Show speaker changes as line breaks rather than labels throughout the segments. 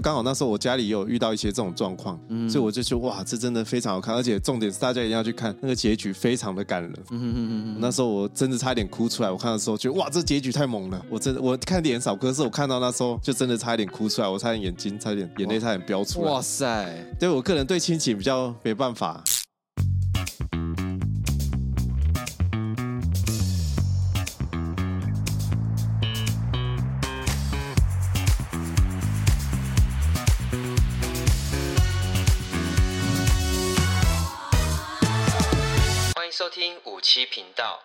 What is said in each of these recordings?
刚好那时候我家里也有遇到一些这种状况，所以我就觉得哇，这真的非常好看，而且重点是大家一定要去看，那个结局非常的感人。那时候我真的差一点哭出来，我看的时候觉得哇，这结局太猛了，我真的我看脸少哥是我看到那时候就真的差一点哭出来，我差点眼睛差点眼泪差点飙出来
哇。塞，
对我个人对亲情比较没办法。
欢迎收听五七频道。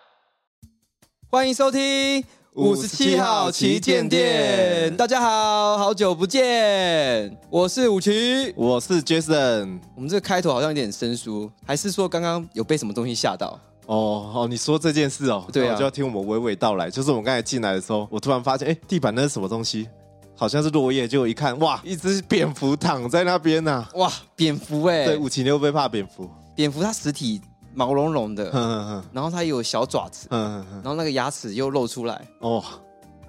欢迎收听五十七号旗舰店，大家好，好久不见，我是武奇。
我是 Jason。
我们这个开头好像有点生疏，还是说刚刚有被什么东西吓到？
哦哦，你说这件事哦，
对啊
那我就要听我们娓娓道来。就是我们刚才进来的时候，我突然发现，哎，地板那是什么东西？好像是落叶，结果一看，哇，一只蝙蝠躺在那边呐、啊
哇，蝙蝠哎、
对，五七六不会怕蝙蝠？
蝙蝠它实体毛茸茸
哼
的，
哼哼
然后它有小爪子，
哼哼哼
然后那个牙齿又露出来，
哦，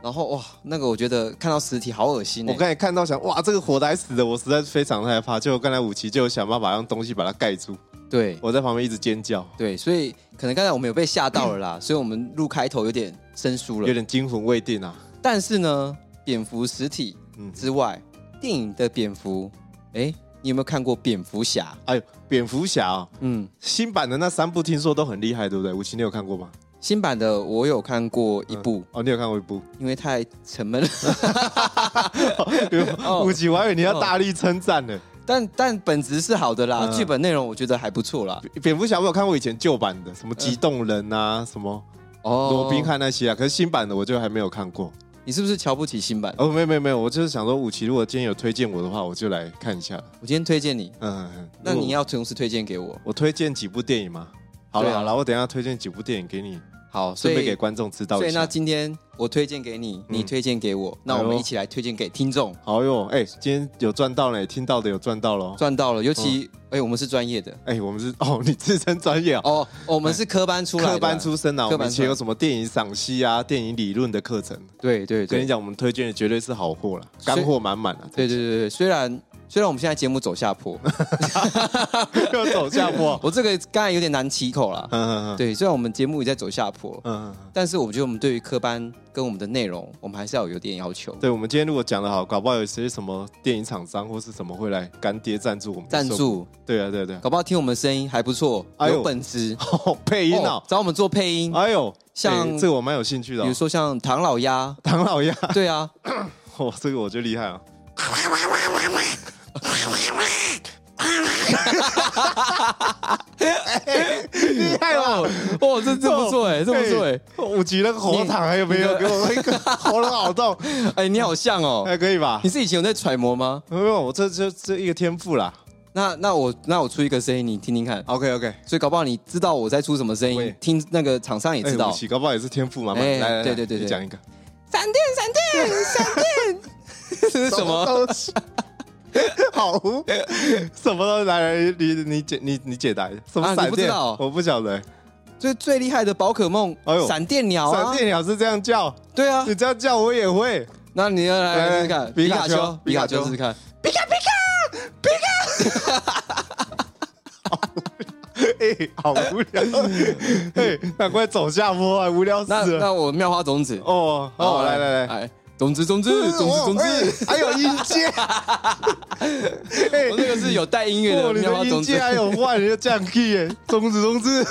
然后哇，那个我觉得看到实体好恶心、欸。
我刚才看到想，哇，这个活的还死的，我实在是非常害怕。结果刚才五七就有想办法用东西把它盖住，
对
我在旁边一直尖叫，
对，所以可能刚才我们有被吓到了啦，所以我们录开头有点生疏
有
了。
点惊魂未定啊。
但是呢，蝙蝠实体
嗯
之外，电影的蝙蝠，哎，你有没有看过蝙蝠侠？
哎呦，蝙蝠侠、哦、
嗯，
新版的那三部听说都很厉害，对不对？五七你有看过吗？
新版的我有看过一部，
哦，你有看过一部？
因为太沉闷了。 哦
五七，我还以为你要大力称赞呢。
但但本质是好的啦，
嗯
剧本内容我觉得还不错啦。
蝙蝠侠我有看过以前旧版的，什么激动人啊，什么
哦
罗宾，汉那些啊，可是新版的我就还没有看过。
你是不是瞧不起新版？
哦，没有没有没有，我就是想说，五七如果今天有推荐我的话，我就来看一下。
我今天推荐你，
嗯，嗯
那
如果
你要同时推荐给我。
我推荐几部电影吗？好
对
了
啊
好了，我等一下推荐几部电影给你，
好，所
顺便
以
给观众知道
所
一
以那
下。嗯
今天我推荐给你，你推荐给我，那我
哎
们
呦
一起来推荐给听众。
好哟，哎，今天有赚到嘞，听到的有赚到喽。
赚到了，尤其
嗯
哎，我们是专业的
哎，我们是 哦，你自称专业哦，
哦，我们是科班出来的，
科班出身啊，
科
我
班出来
们以前有什么电影赏析啊、电影理论的课程，
对对
跟你
对，
讲，我们推荐的绝对是好货了，
所以
干货满满啊。
对对对对，虽然虽然我们现在节目走下坡，
又走 下 坡。
我这个刚才有点难起口啦。
嗯嗯嗯
对，虽然我们节目也在走下坡，
嗯嗯，
但是我觉得我们对于科班跟我们的内容，我们还是要有点要求。
对，我们今天如果讲的好，搞不好有些什么电影厂商或是什么会来干爹赞助我们。
赞，助，
对啊对啊对啊。
搞不好听我们声音还不错，
哎呦
有本质。
哦，配音哦
哦，找我们做配音，
哎呦，
像
哎这个我蛮有兴趣的
比
哦
如。说像唐老鸭，
唐老鸭，
对啊，
哇，这个我就厉害啊！厉害哦，
哦，这这不错哎，这不错哎，
五级那个喉
你
糖还有没有
你的
给我一个喉咙好痛？
哎，你好像哦，
还可以吧
你？是以前有在揣摩吗？
没有，我这这这一个天赋啦。
那那我那我出一个声音，你听听看。
OK OK，
所以搞不好你知道我在出什么声
喂哎
音，听那个厂商也知道
五。级搞不好也是天赋满满。
哎
来来来，
对对对对
你讲一个
闪电，闪电， 闪电，这是 什么？
东西？ 好无，什么东西？来来，你你解你你解答一下，什
啊
么
你
闪
不知
电？
道哦
我不晓得。
最最厉害的宝可梦
哎呦，
闪电鸟
闪
啊！
电鸟是这样叫，
对啊
你，这样叫我也会。
那你要来
来
来
来
试试看，
哎皮
皮
卡
卡
丘
丘，
皮
皮
卡
卡丘
丘
试试看。
哎，好无 聊。哎，难怪走下坡啊，无聊死
那
了。
那我妙花种子，
哦，
好哎
哦，来来来，，
种子，种子，种子，种
哎
子。
还有音 阶。哎
我那个是有带音乐
哇，
的
你
妙
的
花
音
种
阶
子，
还有换，你就降 key 哎，中指中指，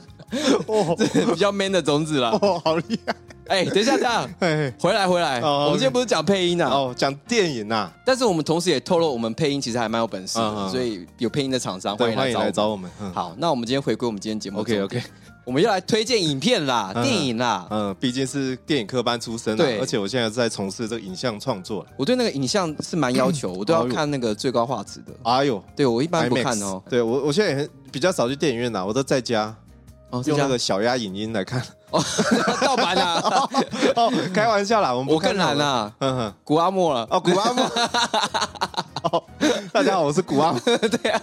哦
比较 man 的种子啦。
哦，好厉害！
哎，等一下，等一下，
嘿嘿
回来回来，
哦
我们今
OK
天不是讲配音啊，
哦，讲电影呐，
但是我们同时也透露，我们配音其实还蛮有本事
嗯嗯
的，
嗯
所以有配音的厂商欢
对，
迎
欢
来
迎
找
来
我。
找我们。嗯
好，那我们今天回归我们今天节目。
，OK OK，
我们要来推荐影片啦，
嗯
电影啦。
嗯，毕竟是电影科班出身啊，
对
而且我现在在从事这个影像创作了。
我对那个影像是蛮要求，我都要看那个最高画质的。
哎呦，
对我一般不
嗯 IMAX
看哦。
对我，我现在也很比较少去电影院啦，我都在家
哦，是
用
这
那
样
个。小鸭影音来 看。
哦，盗版 啊！
哦，开玩笑啦， 我们
我
不看
更难
好了。
啦，
嗯哼，
古阿莫了。
哦，古 阿莫。 哦，大家好，我是古阿莫。
对啊，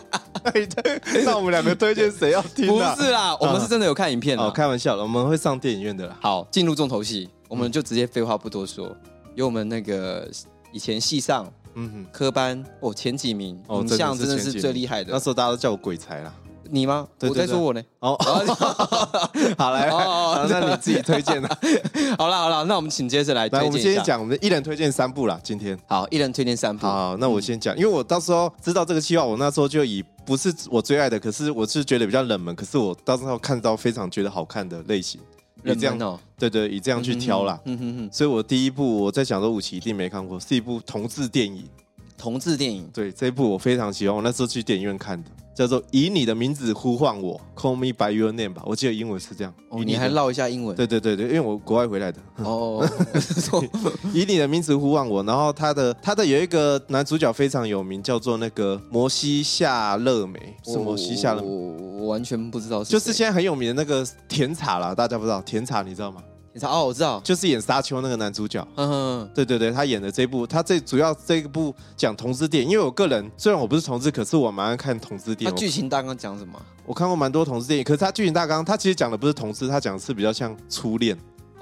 那我们两个推荐谁要听
不
啊？
是啦，我们是真的有看影片
哦，嗯
啦。
开玩笑了，我们会上电影院的啦。
好，进入重头戏，我们就直接废话不多说，由我们那个以前戏上
嗯哼，
科班哦前几名，
哦
影像真的
前
是
几
最
名
厉害
那
的。
时候大家都叫我鬼才啦。
你吗？
对
我
对
在说
对
我呢。
哦， 好来，来
哦
好那你自己推荐啊啦。
好了好了，那我们请接着来推
来，我们
荐
今天
一下。嗯
讲，我们一人推荐三部啦。今天
好，一人推荐三部。
好，那我先讲，因为我到时候知道这个计划，我那时候就以不是我最爱的，可是我是觉得比较冷门，可是我到时候看到非常觉得好看的类型，以
冷
这样
门哦，
对对，以这样去挑啦。
嗯哼哼，
所以我第一部我在想说，武奇一定没看过，是一部同志电影。
同志电影
对，这一部我非常喜欢，我那时候去电影院看的，叫做《以你的名字呼唤我》（Call Me by Your Name） 吧，我记得英文是这样。
哦，
以
你
的
还唠一下英文
对对对对，因为我国外回来的，
哦，说
以你的名字呼唤我。然后他的他的有一个男主角非常有名，叫做那个摩西夏勒梅，是摩西夏勒
我
梅，
我我完全不知道是哦谁，
就是现在很有名的那个甜茶啦，大家不知道甜茶你知道吗？
你猜哦，我知道，
就是演沙丘那个男主角。
嗯哼，
对对对，他演的这一部，他最主要这一部讲同志电影，因为我个人虽然我不是同志，可是我蛮爱看同志
那
电影。
啊剧情大纲讲什么？
我我看过蛮多同志电影，可是他剧情大纲，他其实讲的不是同志，他讲的是比较像初恋。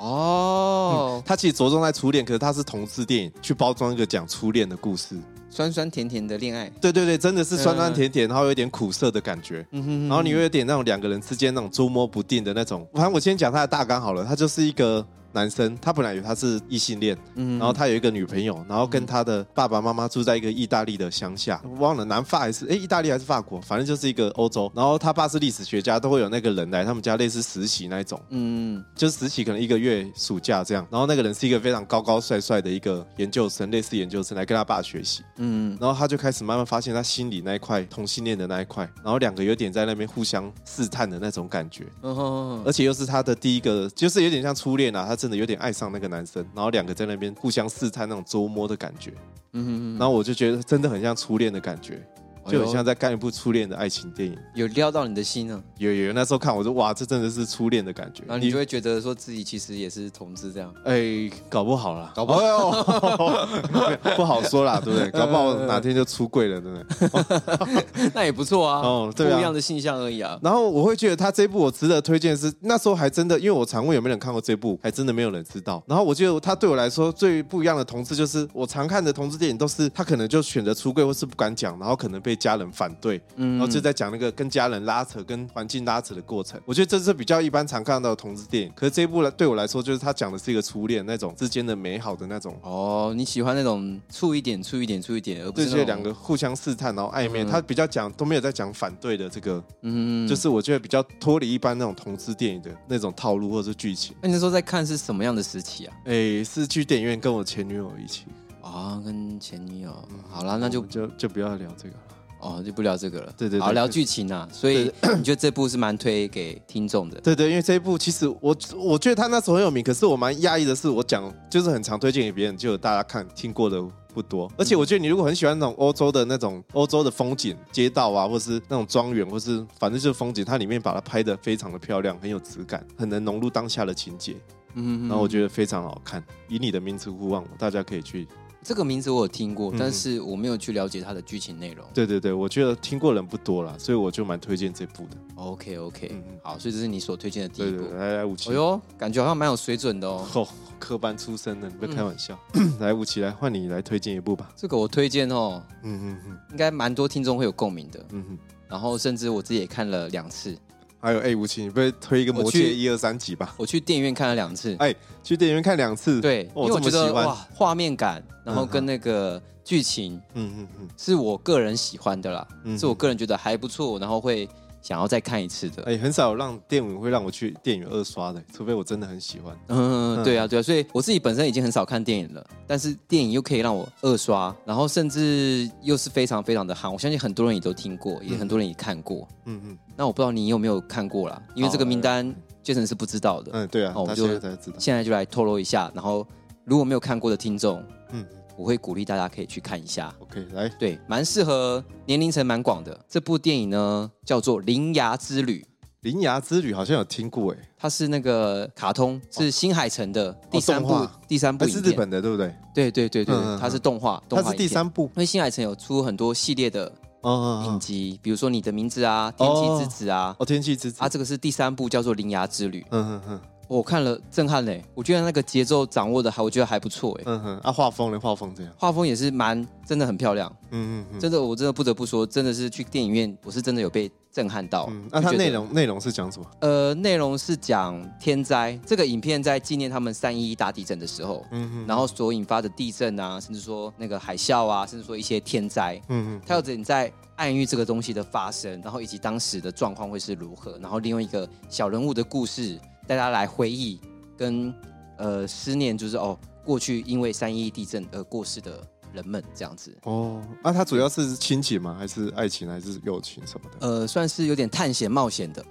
哦，
他其实着重在初恋，可是他是同志电影去包装一个讲初恋的故事。
酸酸甜甜的恋爱，
对对对，真的是酸酸甜甜，然后有点苦涩的感觉。
嗯哼
然后你会有点那种两个人之间那种捉摸不定的那种。反正我先讲他的大纲好了，他就是一个男生，他本来以为他是异性恋，
嗯
然后他有一个女朋友，然后跟他的爸爸妈妈住在一个意大利的乡下，忘了南法还是诶意大利还是法国，反正就是一个欧洲。然后他爸是历史学家，都会有那个人来他们家类似实习那一种，
嗯，
就是实习可能一个月暑假这样。然后那个人是一个非常高高帅帅的一个研究生，类似研究生来跟他爸学习。
嗯，
然后他就开始慢慢发现他心里那一块同性恋的那一块，然后两个有点在那边互相试探的那种感觉，
嗯哼，
而且又是他的第一个，就是有点像初恋啊，他真的有点爱上那个男生，然后两个在那边互相试探那种捉摸的感觉，
嗯哼，哎
然后我就觉得真的很像初恋的感觉，就很像在看一部初恋的爱情电影。
有撩到你的心呢，
有有有，那时候看我说哇，这真的是初恋的感觉
然后。你就哦会觉得说自己其实也是同志这样，
哎，搞不好啦，
搞不好
哎呦不好说啦，对不
嗯
对？搞不好哪天就出柜了，对不对？
那也不错啊，
哦
不
对啊
一样的性向而已啊，
然后我会觉得他这部我值得推荐是那时候还真的，因为我常问有没有人看过这部，还真的没有人知道。然后我觉得他对我来说最不一样的同志就是我常看的同志电影都是他可能就选择出柜或是不敢讲，然后可能被家人反对，
嗯
然后就在讲那个跟家人拉扯、跟环境拉扯的过程。我觉得这是比较一般常看到的同志电影，可是这一部来对我来说就是他讲的是一个初恋那种之间的美好的那种。
哦，你喜欢那种触一点、触一点、触一点，而不
这
是那
些
种
两个，互相试探，然后暧昧，
嗯
他比较讲都没有在讲反对的这个
嗯，
就是我觉得比较脱离一般那种同志电影的那种套路或者是剧情。
哎那你那时候在看是什么样的时期啊？
哎，是去电影院跟我前女友一起。
啊，跟前女友，
嗯
好啦，那
我
就
们啊就就不要聊这个了。
哦就不聊这个了，
对对对
好聊
对
剧情啊，所以你觉得这部是蛮推给听众的，
对对，因为这一部其实我我觉得他那时候很有名，可是我蛮讶异的是，我讲就是很常推荐给别人，就有大家看听过的不多。而且我觉得你如果很喜欢那种欧洲的那种欧洲的风景、街道啊，或是那种庄园，或是反正就是风景，它里面把它拍的非常的漂亮，很有质感，很能融入当下的情节。
嗯，
然后我觉得非常好看，以你的名字呼唤我，大家可以去
这个名字我有听过，
嗯
但是我没有去了解它的剧情内容。
对对对，我觉得听过人不多啦，所以我就蛮推荐这部的。
OK OK，、
嗯嗯
好，所以这是你所推荐的第
对
一
对
部
对，。来来武
哎
奇，
呦，感觉好像蛮有水准的哦。
哦，科班出身的，你
嗯
别开玩笑。 来武奇，来换你来推荐一部吧。
这个我推荐哦，
嗯嗯嗯
应该蛮多听众会有共鸣的。
嗯嗯。
然后甚至我自己也看了两次，
还有哎，武奇，你不会推一个
我
魔
去
戒一二三集吧？
我去电影院看了两次。
哎，去电影院看两次。
对，因
哦
为我
这么
觉得
喜欢
哇，画面感，然后
嗯
跟那个剧情
嗯嗯嗯
是我个人喜欢的啦，
嗯
是我个人觉得还不错，然后会想要再看一次的。
哎，很少有让电影会让我去电影二刷的，除非我真的很喜欢。
嗯，对啊，对啊，所以我自己本身已经很少看电影了，但是电影又可以让我二刷，然后甚至又是非常非常的夯，我相信很多人也都听过，也很多人也看过。
嗯嗯
那我不知道你有没有看过啦，因为这个名单 Jason 是不知道的，
嗯，对啊
哦，我
他
就
现在才知道。
现在就来透露一下。然后如果没有看过的听众，
嗯
我会鼓励大家可以去看一下，
，OK，来，
对，蛮适合年龄层蛮广的。这部电影呢叫做《铃芽之旅》。
《铃芽之旅》好像有听过哎，
它是那个卡通，是新海诚的第三部，
哦动画
第三部
那
影
是
片
日本的对不对？
对对对对，
嗯嗯嗯
它是动画，动
它
画
是
影
第
片。
三部。
因为新海诚有出很多系列的
哦哦
影
哦
集，比如说《你的名字》啊，《天气之子》啊，
哦，天气之子
啊，。这个是第三部叫做《铃芽之旅》。
嗯嗯嗯，
我看了震撼嘞、我觉得那个节奏掌握的还，我觉得还不错哎、
嗯哼，啊，画风呢？画风这样，
画风也是蛮真的很漂亮，
嗯嗯嗯，
真的我真的不得不说，真的是去电影院，我是真的有被震撼到。
嗯，那、
就
它
觉得
内容内容是讲什么？
呃，内容是讲天灾，这个影片在纪念他们三一一大地震的时候，
嗯
然后所引发的地震啊，甚至说那个海啸啊，甚至说一些天灾，
嗯嗯
它有点在暗喻这个东西的发生，然后以及当时的状况会是如何，然后利用一个小人物的故事，带大家来回忆跟呃思念，就是哦过去因为三一一地震而过世的人们这样子。
哦，那、它主要是亲情吗？还是爱情？还是友情什么的？
呃，算是有点探险冒险的，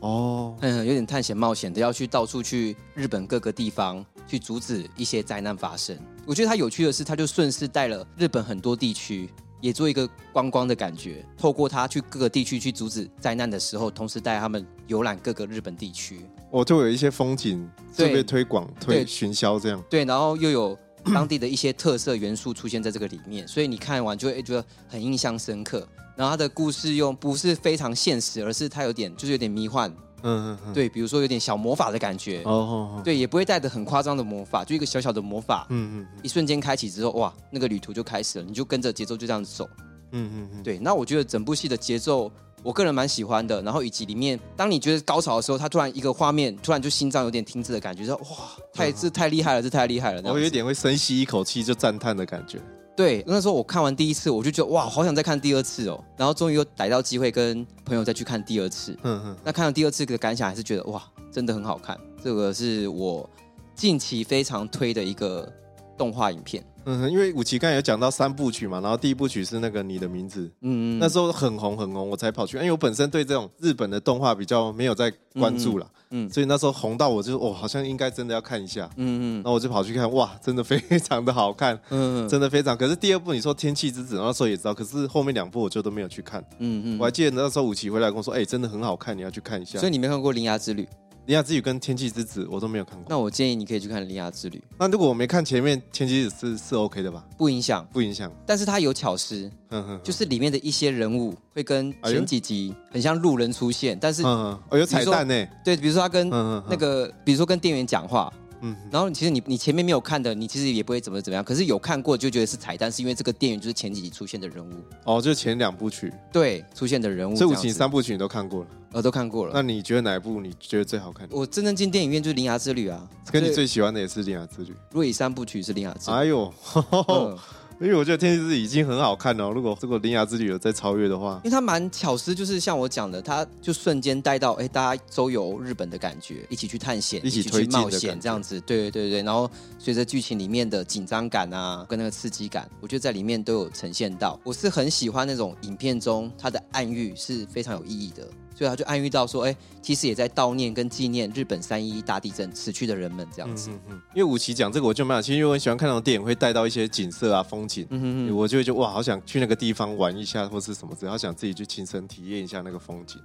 哦，
嗯，有点探险冒险的，要去到处去日本各个地方去阻止一些灾难发生。我觉得它有趣的是，它就顺势带了日本很多地区，也做一个观光的感觉。透过它去各个地区去阻止灾难的时候，同时带他们游览各个日本地区。
我就有一些风景是
对
被推广、推
对
巡销这样。
对，然后又有当地的一些特色元素出现在这个里面，所以你看完就会觉得很印象深刻。然后它的故事又不是非常现实，而是它有点就是有点迷幻，
嗯嗯嗯，
对，比如说有点小魔法的感觉。
哦哦，哦
对，也不会带的很夸张的魔法，就一个小小的魔法，
嗯嗯
一瞬间开启之后，哇，那个旅途就开始了，你就跟着节奏就这样子走。
嗯嗯嗯，
对，那我觉得整部戏的节奏，我个人蛮喜欢的。然后以及里面，当你觉得高潮的时候，它突然一个画面，突然就心脏有点停滞的感觉，说哇，太这太厉害了，这太厉害了。这样
嗯哦我有
子
一点会深吸一口气就赞叹的感觉。
对，那时候我看完第一次，我就觉得哇，好想再看第二次哦。然后终于又逮到机会跟朋友再去看第二次，
嗯嗯，
那看了第二次的感想还是觉得哇，真的很好看。这个是我近期非常推的一个动画影片。
嗯哼，因为武奇刚才有讲到三部曲嘛，然后第一部曲是那个你的名字，
嗯，
那时候很红很红，我才跑去，因为我本身对这种日本的动画比较没有在关注啦，
嗯嗯
所以那时候红到我就哦，好像应该真的要看一下，
嗯
然后我就跑去看，哇，真的非常的好看，
嗯嗯
真的非常。可是第二部你说《天气之子》，那时候也知道，可是后面两部我就都没有去看。
嗯
我还记得那时候武奇回来跟我说，哎、真的很好看，你要去看一下。
所
所
以
以《
你没看过《铃芽之旅》，
铃芽之羽》跟《天气之子》我都没有看过。
那我建议你可以去看《铃芽之旅
那如果我没看前面，《天气之子》是是 OK 的吧？》，
不影响，
不影响。
但是它有巧思，
嗯哼，
就是是里面的一些人物会跟
哎呦
前几集很像路人出现，但是
嗯哼，哦有彩蛋呢、
对，比如说他跟
嗯嗯嗯
那个，比如说跟店员讲话，
嗯
然后其实你你前面没有看的，你其实也不会怎么怎么样，可是有看过就觉得是彩蛋，是因为这个店员就是前几集出现的人物，
哦，就前两部曲，
对，出现的人物这
所以
样
武
子，
奇三部曲你都看过了。
呃都看过了。
那你觉得哪一部你觉得最好看？
我真正进电影院就是《铃芽之旅》啊，
跟你
所以
最喜欢的也是《铃芽之旅
若以三部曲是《铃芽》。之旅》
哎呦，
嗯
因为我觉得《天气之子》已经很好看了，如果这个《铃芽之旅》有再超越的话
因，为它蛮巧思，就是像我讲的，它就瞬间带到哎、大家周游日本的感觉，一起去探险，
一起
去
推进的
冒
感
险
觉
这样子。对对对对，然后随着剧情里面的紧张感啊，跟那个刺激感，我觉得在里面都有呈现到。我是很喜欢那种影片中它的暗喻是非常有意义的。所以他就暗喻到说，哎、其实也在悼念跟纪念日本三一一大地震死去的人们这样子。
因为武奇讲这个我就蛮有兴趣，因为我很喜欢看那种电影会带到一些景色啊、风景，
嗯
我就会觉得哇，好想去那个地方玩一下或是什么之类，好想自己去亲身体验一下那个风景。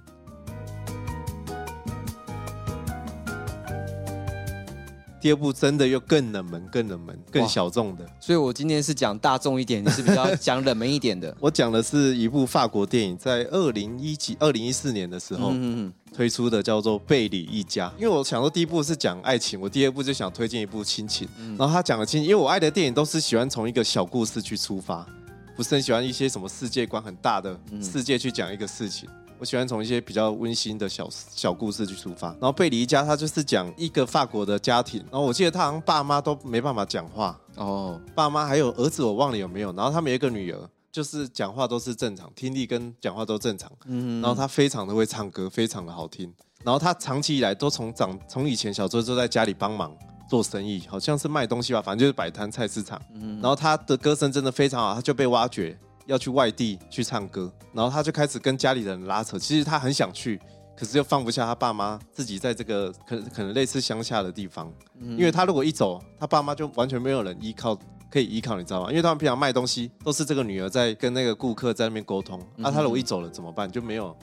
第二部真的又更冷门、更冷门、更
哇
小众的。
所以我今天是讲大众一点，你是比较讲冷门一 点的。
我讲的是一部法国电影，在二零一几、二零一四年的时候
嗯嗯
推出的，叫做《贝里一家》。因为我想说，第一部是讲爱情，我第二部就想推荐一部亲情。然后他讲的亲情，因为我爱的电影都是喜欢从一个小故事去出发，不是很喜欢一些什么世界观很大的世界去讲一个事情。我喜欢从一些比较温馨的小小故事去出发。然后《贝里一家》它就是讲一个法国的家庭，然后我记得他好像爸妈都没办法讲话，
哦，
爸妈还有儿子，我忘了有没有。然后他们有一个女儿，就是讲话都是正常，听力跟讲话都正常。然后她非常的会唱歌，非常的好听。然后她长期以来都从长从以前小时候就在家里帮忙做生意，好像是卖东西吧，反正就是摆摊菜市场。然后她的歌声真的非常好，她就被挖掘要去外地去唱歌，然后她就开始跟家里人拉扯。其实她很想去，可是又放不下他爸妈，自己在这个可可能类似乡下的地方，因为他如果一走，他爸妈就完全没有人依靠。可以依靠，你知道吗？因为他们平常卖东西都是这个女儿在跟那个顾客在那边沟通，
嗯
啊，他如果一走了怎么办？就没有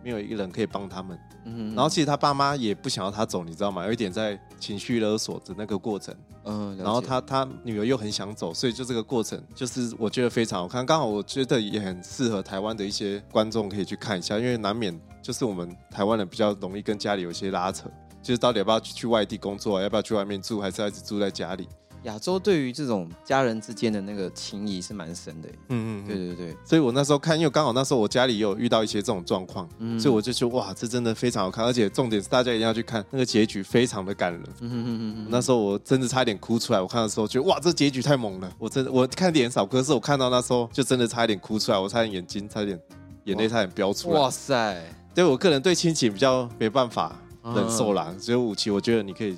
没有一个人可以帮他们。
嗯
然后其实他爸妈也不想要他走，你知道吗？有一点在情绪勒索的那个过程。
嗯，了
然后
解
他他女儿又很想走，所以就这个过程，就是我觉得非常好看。刚好我觉得也很适合台湾的一些观众可以去看一下，因为难免就是我们台湾人比较容易跟家里有一些拉扯，就是到底要不要去去外地工作、啊，要不要去外面住，还是要一直住在家里？
亚洲对于这种家人之间的那个情谊是蛮深的耶，
嗯嗯，
对对对，
所以我那时候看，因为刚好那时候我家里也有遇到一些这种状况，
嗯
所以我就觉得哇，这真的非常好看，而且重点是大家一定要去看，那个结局非常的感人。
嗯哼哼哼哼
那时候我真的差一点哭出来，我看的时候觉得哇，这结局太猛了，我真的我看脸少，可是我看到那时候就真的差一点哭出来，我差点眼睛差点眼泪差点飙出来
哇。塞，
对我个人对亲情比较没办法忍受啦，所以五期我觉得你可以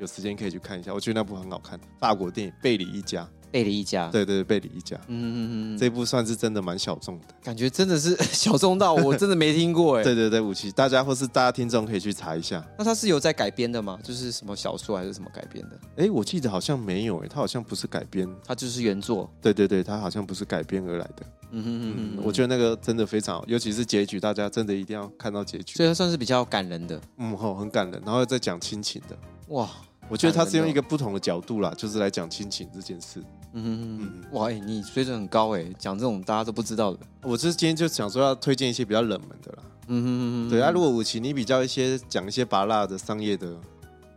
有时间可以去看一下，我觉得那部很好看，法国电影《贝里一家》，
贝里一家，，
对对对，贝里一家。
嗯嗯嗯，
这部算是真的蛮小众的，
感觉真的是 小众到 我真的没听过哎。
对对对，武器，大家或是大家听众可以去查一下。
那它是有在改编的吗？就是什么小说还是什么改编的？
哎，我记得好像没有，哎，它好像不是改编，
它就是原作。
对对对，它好像不是改编而来的。
嗯哼哼
嗯
哼，，
我觉得那个真的非常好，尤其是结局，大家真的一定要看到结局。
所以它算是比较感人的。
嗯，吼，很感人，然后再讲亲情的，
哇，
我觉得他是用
感人哦
一个不同的角度啦，就是来讲亲情这件事。
嗯哼哼
嗯
哼，哇，哎，你水准很高哎，讲这种大家都不知道的。
我是今天就想说要推荐一些比较冷门的啦。
嗯哼哼哼，
对啊，如果武器你比较一些讲一些拔辣的商业的，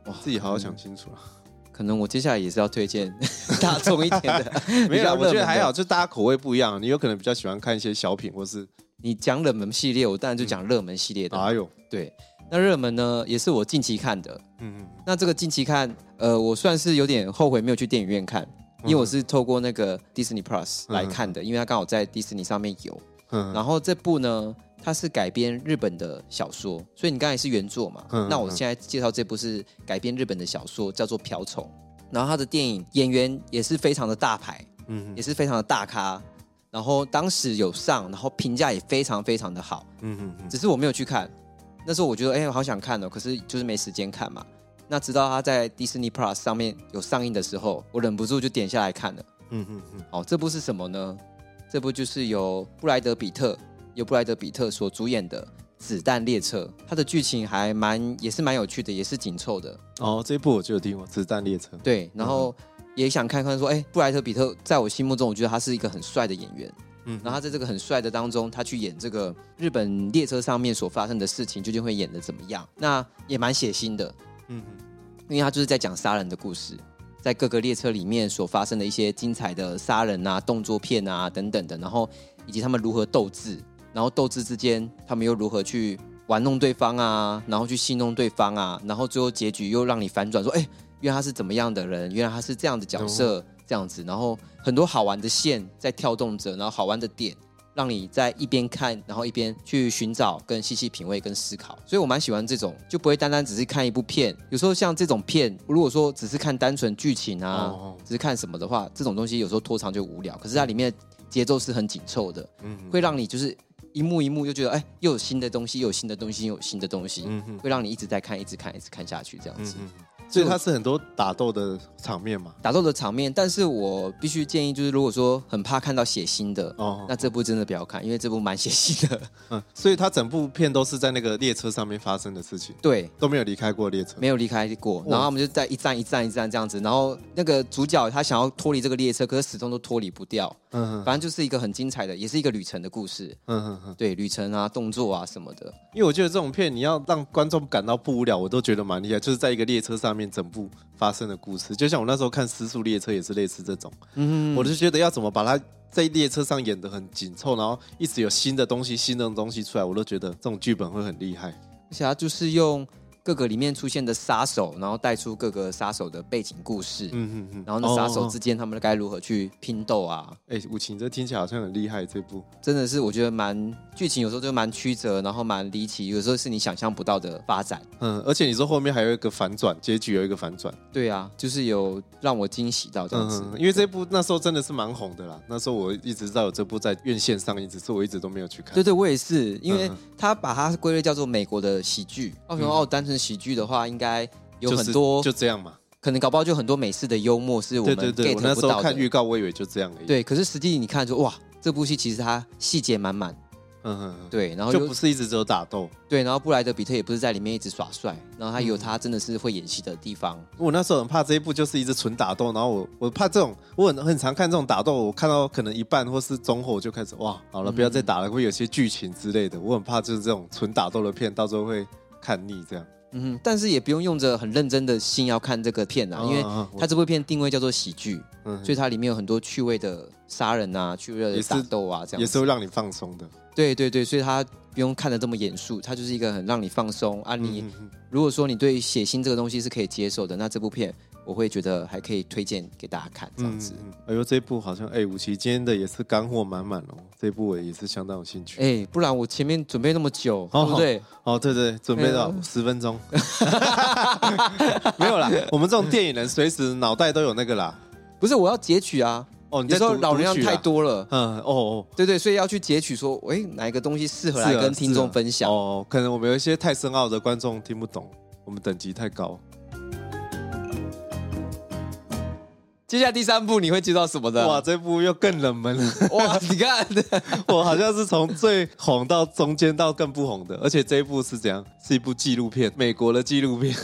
哇，自己好
嗯
好想清楚啊 啦。
可能我接下来也是要推 荐大众一点的。
没有啦，
比较热门
我
的
觉得还好，就大家口味不一样，你有可能比较喜欢看一些小品或是
你讲冷门系列，我当然就讲热门系列的。
哎呦，
对，那热门呢也是我近期看的。
嗯嗯
那这个近期看，呃，我算是有点后悔没有去电影院看，
嗯
因为我是透过那个 Disney Plus 来看的，因为它刚好在 Disney 上面有。
嗯
然后这部呢，它是改编日本的小说，所以你刚才是原作嘛。
嗯
那我现在介绍这部是改编日本的小说，叫做《瓢虫》。然后他的电影演员也是非常的大牌，
嗯
也是非常的大咖。然后当时有上，然后评价也非常非常的好。
嗯嗯
只是我没有去看。那时候我觉得，哎、我好想看哦，可是就是没时间看嘛。那直到它在 Disney Plus 上面有上映的时候，我忍不住就点下来看了。
嗯嗯嗯，
哦，这部是什么呢？这部就是由布莱德比特由布莱德比特所主演的《子弹列车》，它的剧情还蛮也是蛮有趣的，也是紧凑的。
哦，这一部我就有听过《子弹列车》，
对，然后也想看看说，哎、布莱德比特在我心目中，我觉得他是一个很帅的演员。
嗯
然后他在这个很帅的当中，他去演这个日本列车上面所发生的事情，究竟会演的怎么样？那也蛮血腥的，
嗯
因为他就是在讲杀人的故事，在各个列车里面所发生的一些精彩的杀人啊、动作片啊等等的，然后以及他们如何斗智，然后斗智之间他们又如何去玩弄对方啊，然后去戏弄对方啊，然后最后结局又让你反转说，哎、原来他是怎么样的人，原来他是这样的角色，这样子，然后很多好玩的线在跳动着，然后好玩的点。让你在一边看，然后一边去寻找、跟细细品味、跟思考。所以我蛮喜欢这种，就不会单单只是看一部片。有时候像这种片，如果说只是看单纯剧情啊，
哦
只是看什么的话，这种东西有时候拖长就无聊。可是它里面的节奏是很紧凑的，
嗯
会让你就是一幕一幕就觉得，哎，又有新的东西，又有新的东西，又有新的东西，
嗯嗯
会让你一直在看，一直看，一直看下去这样子。
嗯，所以它是很多打斗的场面嘛，
打斗的场面，但是我必须建议，就是如果说很怕看到血腥的，
哦
那这部真的不要看，因为这部蛮血 腥的。
嗯，所以它整部片都是在那个列车上面发生的事情，
对，
都没有离开过列车。
没有离开过。然后他们就在一站一站一站这样子，然后那个主角他想要脱离这个列车，可是始终都脱离不掉。
嗯嗯
反正就是一个很精彩的，也是一个旅程的故事。
嗯嗯，
对，旅程啊，动作啊什么的，
因为我觉得这种片你要让观众感到不无聊，我都觉得蛮厉害，就是在一个列车上面整部发生的故事。就像我那时候看《失速列车》也是类似这种，
嗯，
我就觉得要怎么把它在列车上演得很紧凑，然后一直有新的东西、新的东西出来，我都觉得这种剧本会很厉害。
而且他就是用各个里面出现的杀手，然后带出各个杀手的背景故事，
嗯嗯嗯
然后那杀手之
己，
间他们该如何去拼斗啊，
哎、武琴，这听起来好像很厉害，这部
真的是我觉得蛮剧情有时候就蛮曲折，然后蛮离奇，有时候是你想象不到的发展。
嗯，而且你说后面还有一个反转，结局有一个反转，
对啊，就是有让我惊喜到这样子。
嗯，因为这部那时候真的是蛮红的啦，那时候我一直知道有这部在院线上映，只是我一直都没有去看。
对对，我也是，因为
嗯
他把它归类叫做美国的喜剧。哦奥熊奥单纯喜剧的话，应该有
就是
很多，
就这样嘛。
可能搞不好就很多美式的幽默是我
对
们
对对，我那
get 不
时候
到
看预
的。
告，我以为就这样而已。，
对，可是实际你看说，哇，这部戏其实它细节满满，
嗯嗯，
对，然后
嗯，
又
就不是一直只有打斗。
对，然后布莱德比特也不是在里面一直耍帅，然后他有
嗯
他真的是会演戏的地方。
我那时候很怕这一部就是一直纯打斗，然后我我怕这种，我很很常看这种打斗，我看到可能一半或是中后我就开始哇，好了，不
嗯
要再打了，会有些剧情之类的，我很怕就是这种纯打斗的片，到时候会看腻这样。
嗯哼，但是也不用用着很认真的心要看这个片啊，因为
啊
它这部片定位叫做喜剧，
嗯
所以它里面有很多趣味的杀人啊、趣味
也
的
是
打斗啊，这样
也
子
是会让你放松的。
对对对，所以它不用看得这么严肃，它就是一个很让你放松啊。你、
嗯嗯
如果说你对血腥这个东西是可以接受的，那这部片我会觉得还可以推荐给大家看，这样
嗯
子。
嗯，哎呦，这一部好像哎，五期今天的也是干货满满哦，这一部我也是相当有兴趣。
哎、不然我前面准备那么久，
哦
对不对？
哦，对对，准备
哎
到
呦
十分钟， 没有啦，我们这种电影人随时脑袋都有那个啦。
不是，我要截取啊。
哦，你在
有时候
读
老人量太，
读取啦
多了，
嗯，哦
对对，所以要去截取说，哎，哪一个东西适合
哦，
来
是啊
跟听众分
是啊
享？
哦，可能我们有一些太深奥的观众听不懂，我们等级太高。
接下来第三部你会介绍什么的？
哇，
哇
这部又更冷门了。
哇，你看，
我好像是从最红到中间到更不红的，而且这一部是怎样？是一部纪录片，美国的纪录片。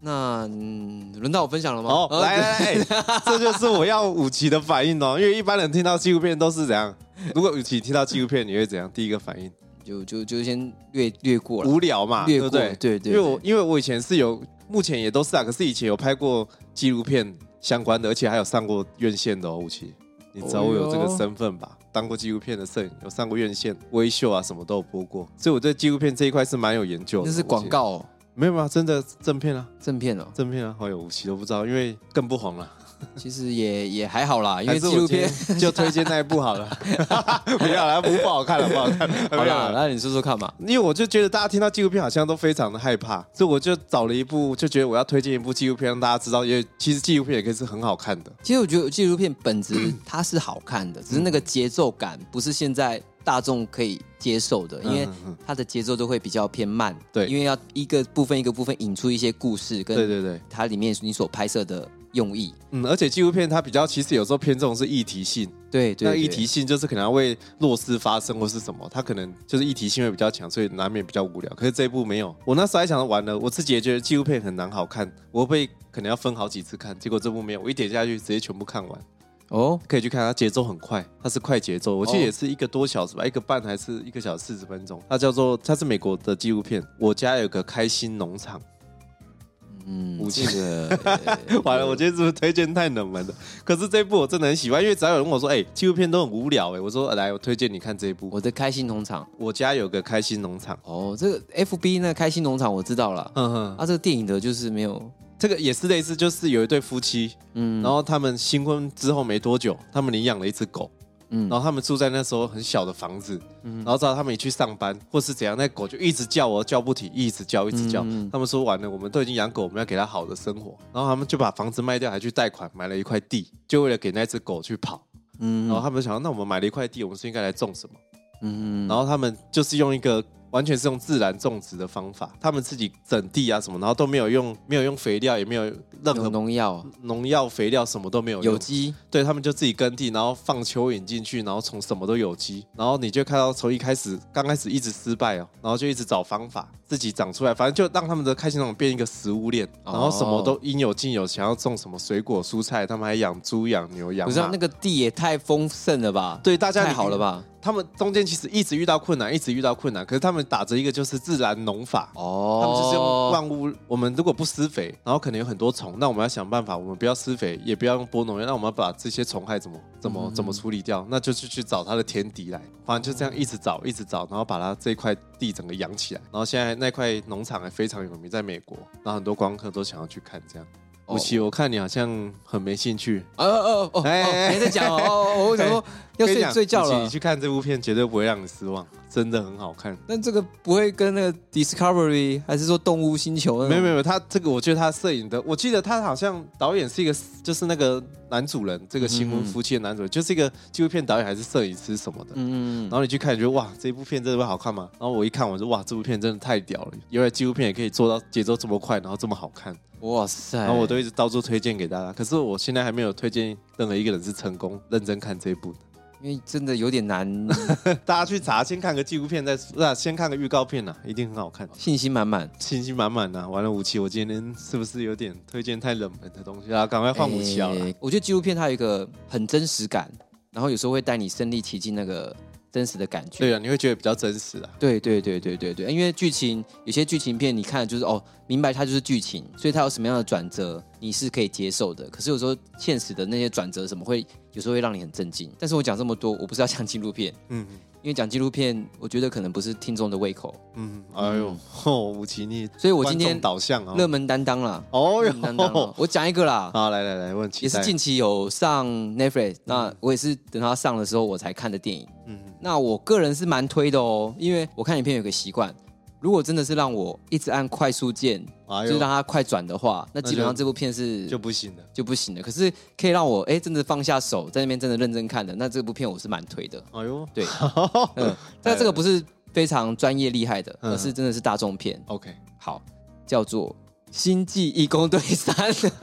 那、嗯、轮到我分享了吗？
哦，
呃
来来来， 哎这就是我要武奇的反应哦，因为一般人听到纪录片都是怎样？如果武奇听到纪录片，你会怎样？第一个反应
就就就先略略过了。
无聊嘛，对
略过
不对？
对对
因为我因为我以前是有，目前也都是啊，可是以前有拍过纪录片相关的，而且还有上过院线的哦，武奇。你知道我有这个身份吧？当过纪录片的摄影，有上过院线、微秀啊，什么都有播过，所以我对纪录片这一块是蛮有研究的。
那是
武奇
广，告、哦、
没有吗？真的正片啊，
正片哦，
正片啊，好有武奇都不知道，因为更不红了。
其实也也还好啦，因
还
为
是
纪
我
录
今
片。
天就推荐那一部好 了，不要了，不不好看了，不好看，
好
没有
啦，
了。
那你说说看嘛。
因为我就觉得大家听到纪录片好像都非常的害怕，所以我就找了一部，就觉得我要推荐一部纪录片让大家知道，也其实纪录片也可以是很好看的。
其实我觉得纪录片 本质它是好看的，只是那个节奏感不是现在大众可以接受的，因为
嗯嗯
它的节奏都会比较偏慢。
对
因为要一个部分一个部分引出一些故事，
对
跟
对对，
它里面你所拍摄的用意。
嗯，而且纪录片它比较其实有时候偏重是议题性，
对对
那
对，
议题性就是可能要为弱势发声或是什么，它可能就是议题性会比较强，所以难免比较无聊。可是这一部没有，我那时候还想着完了，我自己也觉得纪录片很难好看，我会不会可能要分好几次看？结果这部没有，我一点下去直接全部看完。
哦，
可以去看，它节奏很快，它是快节奏，我记得
哦
也是一个多小时吧，一个半还是一个小时四十分钟。它叫做，它是美国的纪录片。我家有个开心农 场。
嗯，
武器
这个 呃
完了，我今天是不是推荐太冷门了？可是这一部我真的很喜欢，因为只要有人问我说，哎、纪录片都很无聊、哎，我说呃来，我推荐你看这一部。我
我的开心农场。
我家有个开心农场。
哦，这个 F B 那开心农场我知道了，
嗯哼，
啊，这个电影的就是没有，
这个也是类似，就是有一对夫妻，
嗯
然后他们新婚之后没多久，他们领养了一只狗，
嗯
然后他们住在那时候很小的房子，然后只要他们一去上班或是怎样，那狗就一直叫哦我叫不停，一直叫一直叫。
嗯嗯
他们说完了，我们都已经养狗，我们要给它好的生活，然后他们就把房子卖掉，还去贷款买了一块地，就为了给那只狗去跑。
嗯
然后他们想，那我们买了一块地，我们是应该来种什么？
嗯
然后他们就是用一个完全是用自然种植的方法，他们自己整地啊什么，然后都没有用没有用肥料，也没有任
有
何
农药、
农药、肥料什么都没有用
有机，
对他们就自己耕地，然后放蚯蚓进去，然后从什么都有机，然后你就看到从一开始刚开始一直失败哦，然后就一直找方法自己长出来，反正就让他们的开心农场变一个食物链，然后什
哦
么都应有尽有，想要种什么水果、蔬菜，他们还养猪、养牛、养
不
马。
是啊那个地也太丰盛了吧？
对大家
太好了？吧？
他们中间其实一直遇到困难，一直遇到困难，可是他们打着一个就是自然农法，
哦，
他们就是用万物，我们如果不施肥，然后可能有很多虫，那我们要想办法，我们不要施肥，也不要用播农药，那我们要把这些虫害怎么怎么
嗯
怎么处理掉？那就是去找它的天敌来，反正就这样一直找，一直找，然后把它这块地整个养起来。然后现在那块农场还非常有名，在美国，然后很多观光客都想要去看。这样，
哦
吴奇，我看你好像很没兴趣。
哦哦哦哦，
哎哎哎
没在讲哦哦， 哦我想说要
跟你
睡
讲
睡觉
吴奇
了
你。去看这部片绝对不会让你失望，真的很好看。
但这个不会跟那个 Discovery 还是说动物星球那种
没有没有，他这个我觉得他摄影的，我记得他好像导演是一个，就是那个男主人，这个新婚夫妻的男主人，就是一个纪录片导演还是摄影师什么的。
嗯，嗯
然后你去看，你觉得哇，这部片真的会好看吗？然后我一看，我说哇，这部片真的太屌了，原来纪录片也可以做到节奏这么快，然后这么好看。
嗯哇塞，
然后我都一直到处推荐给大家，可是我现在还没有推荐任何一个人是成功认真看这一部 的。
因为真的有点难，
大家去查，先看个纪录片再说，啊，先看个预告片呐、一定很好看。
信心 满满。
信心满满呐、完了，武器，我今天是不是有点推荐太冷门的东西啊？赶快换武器
哎
好了。
哎我觉得纪录片它有一个很真实感，然后有时候会带你身临其境那个真实的感觉。
对啊，你会觉得比较真实啊。
对对对对对对，因为剧情有些剧情片你看就是哦，明白它就是剧情，所以它有什么样的转折你是可以接受的。可是有时候现实的那些转折什么会有时候会让你很震惊。但是我讲这么多，我不是要讲纪录片，
嗯
因为讲纪录片我觉得可能不是听众的胃口，
嗯，哎呦，吼，武奇你，
所以我今天
观众导向啊，
热门嗯担当啦，
哦
热门担当 啦
呦，
我讲一个啦，
好，来来来，问期
也
待，
是近期有上 Netflix，那我也是等它上的时候我才看的电影。
嗯，
那我个人是蛮推的哦，因为我看影片有个习惯，如果真的是让我一直按快速键，
哎
就是让
呦，
它快转的话，那
就
基本上这部片是
就
就
不行了，
就不行了。可是可以让我哎真的放下手，在那边真的认真看的，那这部片我是蛮推的。
哎呦，
对，
呃
嗯，但这个不是非常专业厉害的，
嗯
而是真的是大众片。
，OK，
好，叫做《星际义工队三》。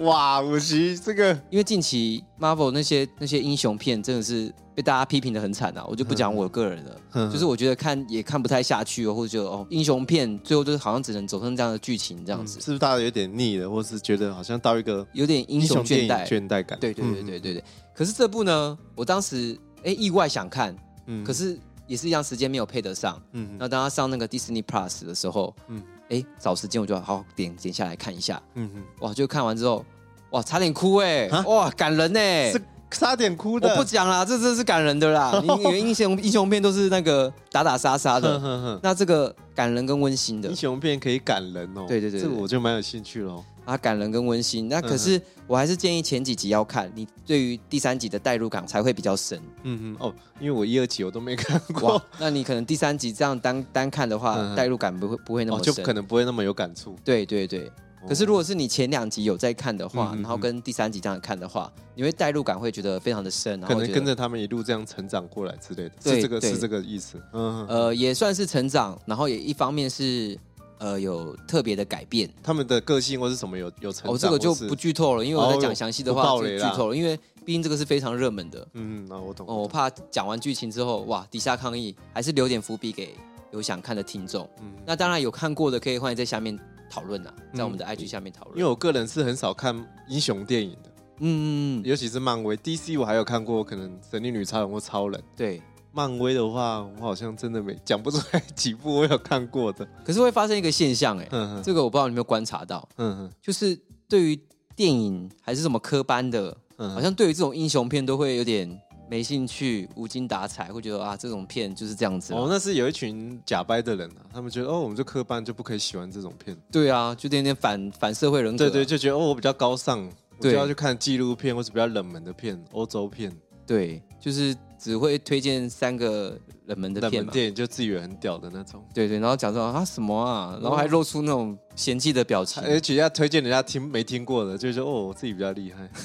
哇，武奇这个
因为近期 Marvel 那些那些英雄片真的是被大家批评的很惨啊，我就不讲我个人了，
嗯
就是我觉得看也看不太下去哦，或者觉得哦英雄片最后就是好像只能走上这样的剧情这样
嗯
子，
是不是大家有点腻了，或是觉得好像到一个
有点英雄
电
倦
影
怠。
倦怠感？
对对对
嗯
对，对对。可是这部呢，我当时哎意外想看，
嗯
可，是也是一样时间没有配得上。
嗯
那当他上那个 Disney Plus 的时候，嗯
嗯，
哎找时间我就好好点点下来看一下，
嗯嗯
哇就看完之后，哇差点哭哎、
啊
哇感人哎、
嗯，是差点哭的，
我不讲啦，这真是感人的 啦。你你以为英雄英雄片都是那个打打杀杀
哼
的，
哼哼
那这个感人跟温馨的
英雄片可以感人哦，
对对对对
这个我就蛮有兴趣喽。
啊，感人跟温馨。那可
嗯
是我还是建议前几集要看，你对于第三集的代入感才会比较深。
嗯嗯哦，因为我一二集我都没看过
哇，，那你可能第三集这样单单看的话，
嗯
代入感不会不会那
哦，
么
就
深
可。能不会那么有感触。
对对对。可是如
果
果是你前两集有在看的话，
嗯嗯嗯
然后跟第三集这样看的话，你会代入感会觉得非常的深，然
可
后
能
觉得
跟着他们一路这样成长过来之类的，
对
是这个
对
是这个意思。嗯，嗯
呃也算是成长，然后也一方面是呃有特别的改变。
他们的个性或是什么有有成长，
哦，这个就
或是
不剧透了，因为我在讲详细的话
哦
就
不爆雷
剧
啦
透了，因为毕竟这个是非常热门的。
嗯，那我懂。
哦，我怕讲完剧情之后，哇，底下抗议，还是留点伏笔给有想看的听众。
嗯
那当然有看过的，可以欢迎在下面讨论啊，在我们的 IG 下面讨论。
嗯因为我个人是很少看英雄电影的，
嗯，嗯嗯，
尤其是漫威、DC，我还有看过可能神力女超人或超人。
对。
漫威的话，我好像真的没讲不出来几部我有看过的。
可是会发生一个现象，哎，
嗯嗯
这个我不知道你有没有观察到，
嗯嗯
就是对于电影还是什么科班的，
嗯，
好像对于这种英雄片都会有点没兴趣、无精打采，会觉得啊，这种片就是啊这样子啦。
哦，那是有一群假掰的人啊，他们觉得哦，我们这科班就不可以喜欢这种片，
对啊，就有点点反反社会人格啊、
对对，就觉得哦，我比较高尚，我就
对
要去看纪录片或是比较冷门的片，欧洲片、
对，就是只会推荐三个冷门的
冷
片
门
嘛。
电影，就自以为很屌的那种。
对对，然后讲说啊什么
哦
啊，然后还露出那种嫌弃的表情，
而且哎要推荐人家听没听过的，就说哦，我自己比较厉害。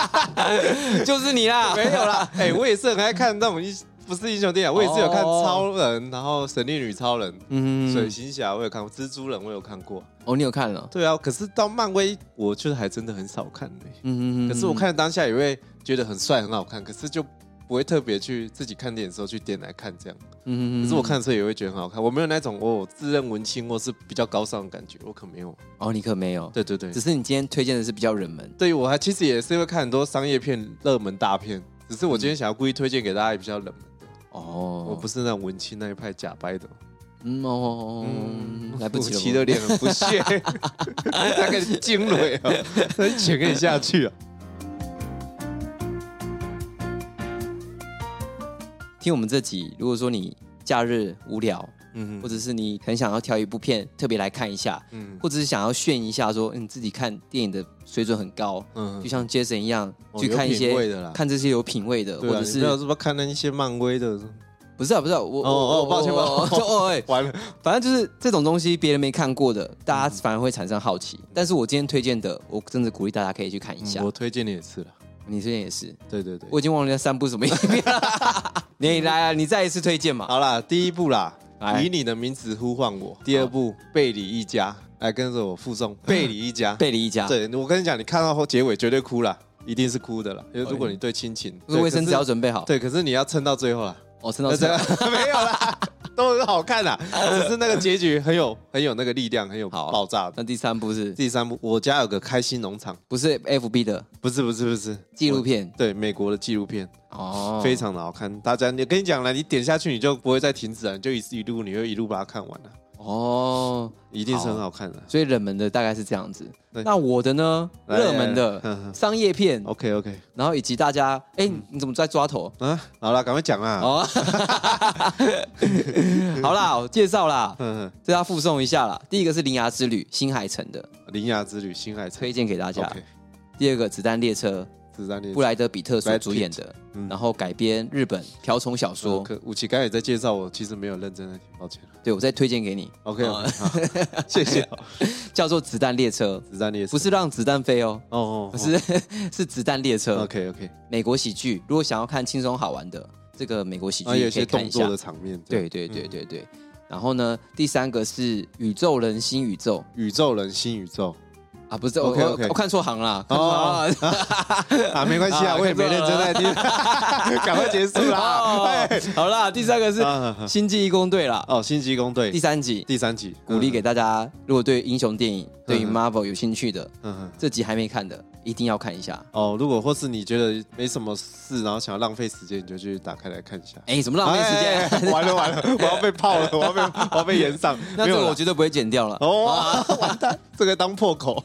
就是你啦，
没有啦，哎、我也是很爱看那种英，不是英雄电影，啊我也是有看
哦
超人，然后神力女超人、水
嗯，
行侠，我有看过，蜘蛛人我有看过。
哦，你有看了，
对啊，可是到漫威，我就是还真的很少看呢、
嗯
可是我，看当下也会觉得很帅、很好看，可是就不会特别去自己看电影的时候去点来看这样。
嗯
可是我，看的时候也会觉得很好看，我没有那种我自认文青或是比较高尚的感觉，我可没有。
哦，你可没有，
对对对
只，是你今天推荐的是比较冷门，
对于我还其实也是会看很多商业片、热门大片，只是我今天想要故意推荐给大家也比较冷门的，
嗯哦，
我不，是那种文青那一派假掰的。
嗯哦，
嗯，
来不及
武
了
奇
吗，
的脸很不 屑，那个惊雷啊，那钱可以下去啊。
听我们这集，如果说你假日无聊，
嗯
或者是你很想要挑一部片特别来看一下，
嗯
或者是想要炫一下说，嗯，自己看电影的水准很高，
嗯
就像 Jason 一样
哦
去看一
有品
些
味的啦
看这些有品味的，或
对啊，
者
你不要
是
是不是看那一些漫威的？
不是啊？不是啊，我
哦哦
我
抱歉
我
抱歉
我哦哎，
完了，
反正就是这种东西别人没看过的，大家反而会产生好奇。但是我今天推荐的，我真的鼓励大家可以去看一下
嗯。我推荐你也是了。
你推荐也是，
对对对，
我已经忘了那三部什么影片了。你来啊，你再一次推荐嘛。
好啦，第一步啦
来，
以你的名字呼唤我。第二步，贝里一家，来跟着我附送贝里一家。
贝里一 家，
对，我跟你讲，你看到后结尾绝对哭了，一定是哭的啦。因为如果你对亲情，
哦就是
对
卫生纸要。
可是
准备好。
对，可是你要撑到最后啦。
哦，撑到这
那这样 没有啦，都很好看啊，只是那个结局很有很有那个力量，很有
好
爆炸
那第三部是
第三部，我家有个开心农场，
不是 FB 的
不是不是不是
纪录，片
我对美国的纪录片，
哦，
非常的好看。大家，你跟你讲了，你点下去你就不会再停止了，你就一一路你会一路把它看完了，
哦，
一定是很好看的。
所以冷门的大概是这样子。
对
那我的呢，
来
热门
来来呵哦
的
呵
商业片，
OK OK
然后以及大家，哎，你怎么在抓头？
啊，好了，赶快讲啦。
哦， 好啦，我介绍啦，
嗯，嗯
这要附送一下啦。第一个是《铃芽之旅》，新海诚的，
铃芽之旅，新海诚
推荐给大家。
OK，
第二个《子弹列车
子弹》，列
布莱德比特所
Brad
主演的
Pitt，嗯，
然后改编日本瓢虫小说。
可武奇刚才也在介绍我，其实没有认真的听，抱歉。
对我再推荐给你，
OK，好， 谢 谢。
叫做《子弹列车》，
子弹列车
不是让子弹飞哦，
哦哦，
不是 是子弹列车。
OK OK，
美国喜剧，如果想要看轻松好玩的这个美国喜剧，
哦啊然后有一
可以
些
看
动
一
作
下
的。嗯场面，
对对对对对。然后呢，第三个是《宇宙人新宇宙
宇宙人新宇 宙
啊，不是我
OK，OK
我我看错行了，看错
哦
行了。
啊，没关系
啊
啊，我也没认真在听， 赶快结束
哦
啦。哎
好啦，第三个是《
啊
星际义工队》啦，
哦，新济公
第
队
三集
第三集，
鼓励给大家，如果对英雄电影、对于
嗯
Marvel 有兴趣的，
嗯。嗯嗯
这集还没看的，一定要看一下。
哦，如果或是你觉得没什么事，然后想要浪费时间，你就去打开来看一下。
哎，怎么浪费时
哎
间？
哎哎完了完了，我要被泡了，我要被我要被延上。
那
没
这
有
个
啦
我绝对不会剪掉了，
哦， 完蛋，这个当破 口。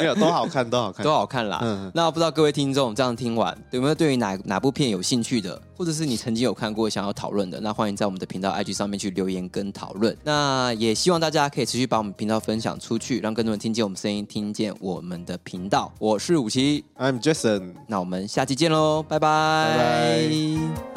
没有，都好看，都好看
都。好看啦。
嗯嗯
那不知道各位听众这样听完，有没有对于哪哪部片有兴趣的，或者是你曾经有看过想要讨论的？那欢迎在我们的频道 IG 上面去留言跟讨论。那也希望大家可以持续把我们频道分享出去，让更多人听见我们声音，听见我们的频道。我是五七，
I'm Jason。
那我们下期见喽，拜拜。
拜拜